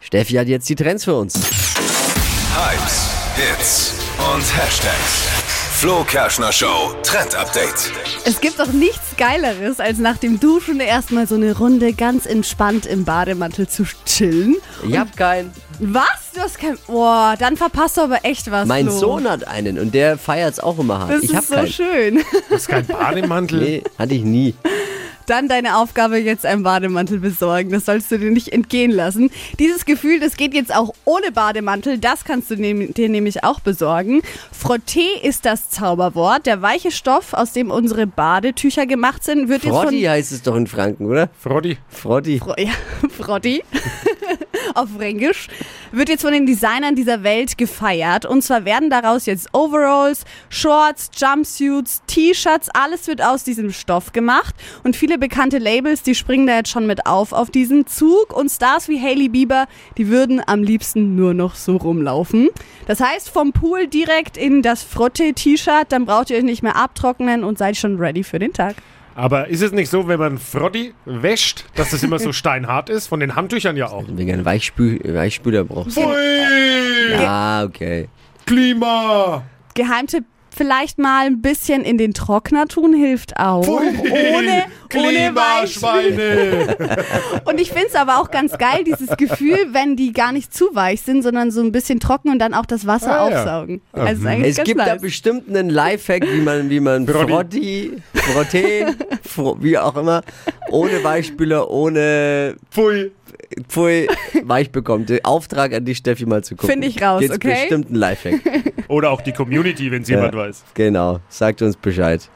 Steffi hat jetzt die Trends für uns. Hypes, Hits und Hashtags. Flo Kerschner Show Trend Update. Es gibt doch nichts Geileres, als nach dem Duschen erstmal so eine Runde ganz entspannt im Bademantel zu chillen. Ich hab keinen. Was? Du hast kein. Boah, dann verpasst du aber echt was. Mein Flo. Sohn hat einen und der feiert's auch immer hart. Das ich hab ist so keinen. schön. Das ist kein Bademantel. Nee, hatte ich nie. Dann deine Aufgabe, jetzt einen Bademantel besorgen. Das sollst du dir nicht entgehen lassen. Dieses Gefühl, das geht jetzt auch ohne Bademantel, das kannst du nehm, dir nämlich auch besorgen. Frotté ist das Zauberwort. Der weiche Stoff, aus dem unsere Badetücher gemacht sind, wird Frotti jetzt heißt es doch in Franken, oder? Froddi. Frotti. von... Fro- Ja, Frotti. Auf Fränkisch. Wird jetzt von den Designern dieser Welt gefeiert. Und zwar werden daraus jetzt Overalls, Shorts, Jumpsuits, T-Shirts, alles wird aus diesem Stoff gemacht. Und viele bekannte Labels, die springen da jetzt schon mit auf auf diesen Zug. Und Stars wie Hailey Bieber, die würden am liebsten nur noch so rumlaufen. Das heißt, vom Pool direkt in das Frotte-T-Shirt, dann braucht ihr euch nicht mehr abtrocknen und seid schon ready für den Tag. Aber ist es nicht so, wenn man Froddi wäscht, dass das immer so steinhart ist? Von den Handtüchern ja auch. Wegen einem Weichspü Weichspüler brauchst du. Ui, Ah, okay. Klima! Geheimtipp, vielleicht mal ein bisschen in den Trockner tun hilft auch. Ohne, ohne Weichspüler. Klimaschweine! Und ich find's aber auch ganz geil, dieses Gefühl, wenn die gar nicht zu weich sind, sondern so ein bisschen trocken und dann auch das Wasser Ah, ja. aufsaugen. Also ist eigentlich Es ganz gibt da nice. bestimmt einen Lifehack, wie man, wie man Frotti, Frotti. Frotte, Fro wie auch immer, ohne Weichspüler, ohne Pfui! Pfui weich bekommt. Der Auftrag an dich, Steffi, mal zu gucken. Find ich raus, Gibt's okay? bestimmt einen Lifehack. Oder auch die Community, wenn es jemand weiß. Genau, sagt uns Bescheid.